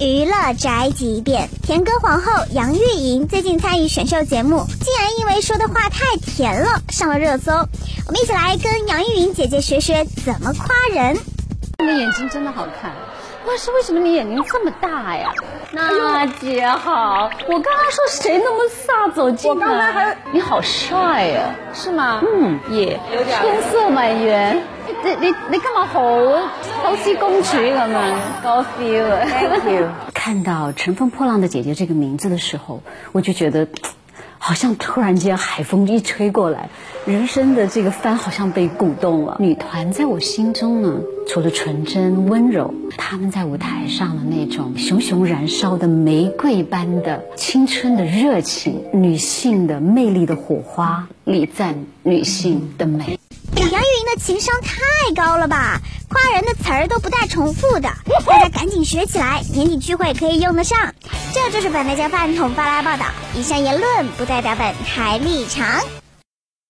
娱乐宅急便，甜歌皇后杨钰莹最近参与选秀节目，竟然因为说的话太甜了上了热搜。我们一起来跟杨钰莹姐姐学学怎么夸人。你的眼睛真的好看，哇，是为什么你眼睛这么大呀？娜姐好，我刚刚说谁那么飒走进来？我刚才还你好帅啊呀、是吗？嗯，耶有点，天色晚圆，你你你今日好好似公主咁樣， 高 feel 啊 Thank you。看到“乘风破浪的姐姐”这个名字的时候，我就觉得，好像突然间海风一吹过来，人生的这个帆好像被鼓动了。女团在我心中呢，除了纯真温柔，她们在舞台上的那种熊熊燃烧的玫瑰般的青春的热情，女性的魅力的火花，力赞女性的美。杨钰莹的情商太高了吧，夸人的词儿都不带重复的，大家赶紧学起来，年底聚会可以用得上。这就是本台家饭桶发来报道，以上言论不代表本台立场。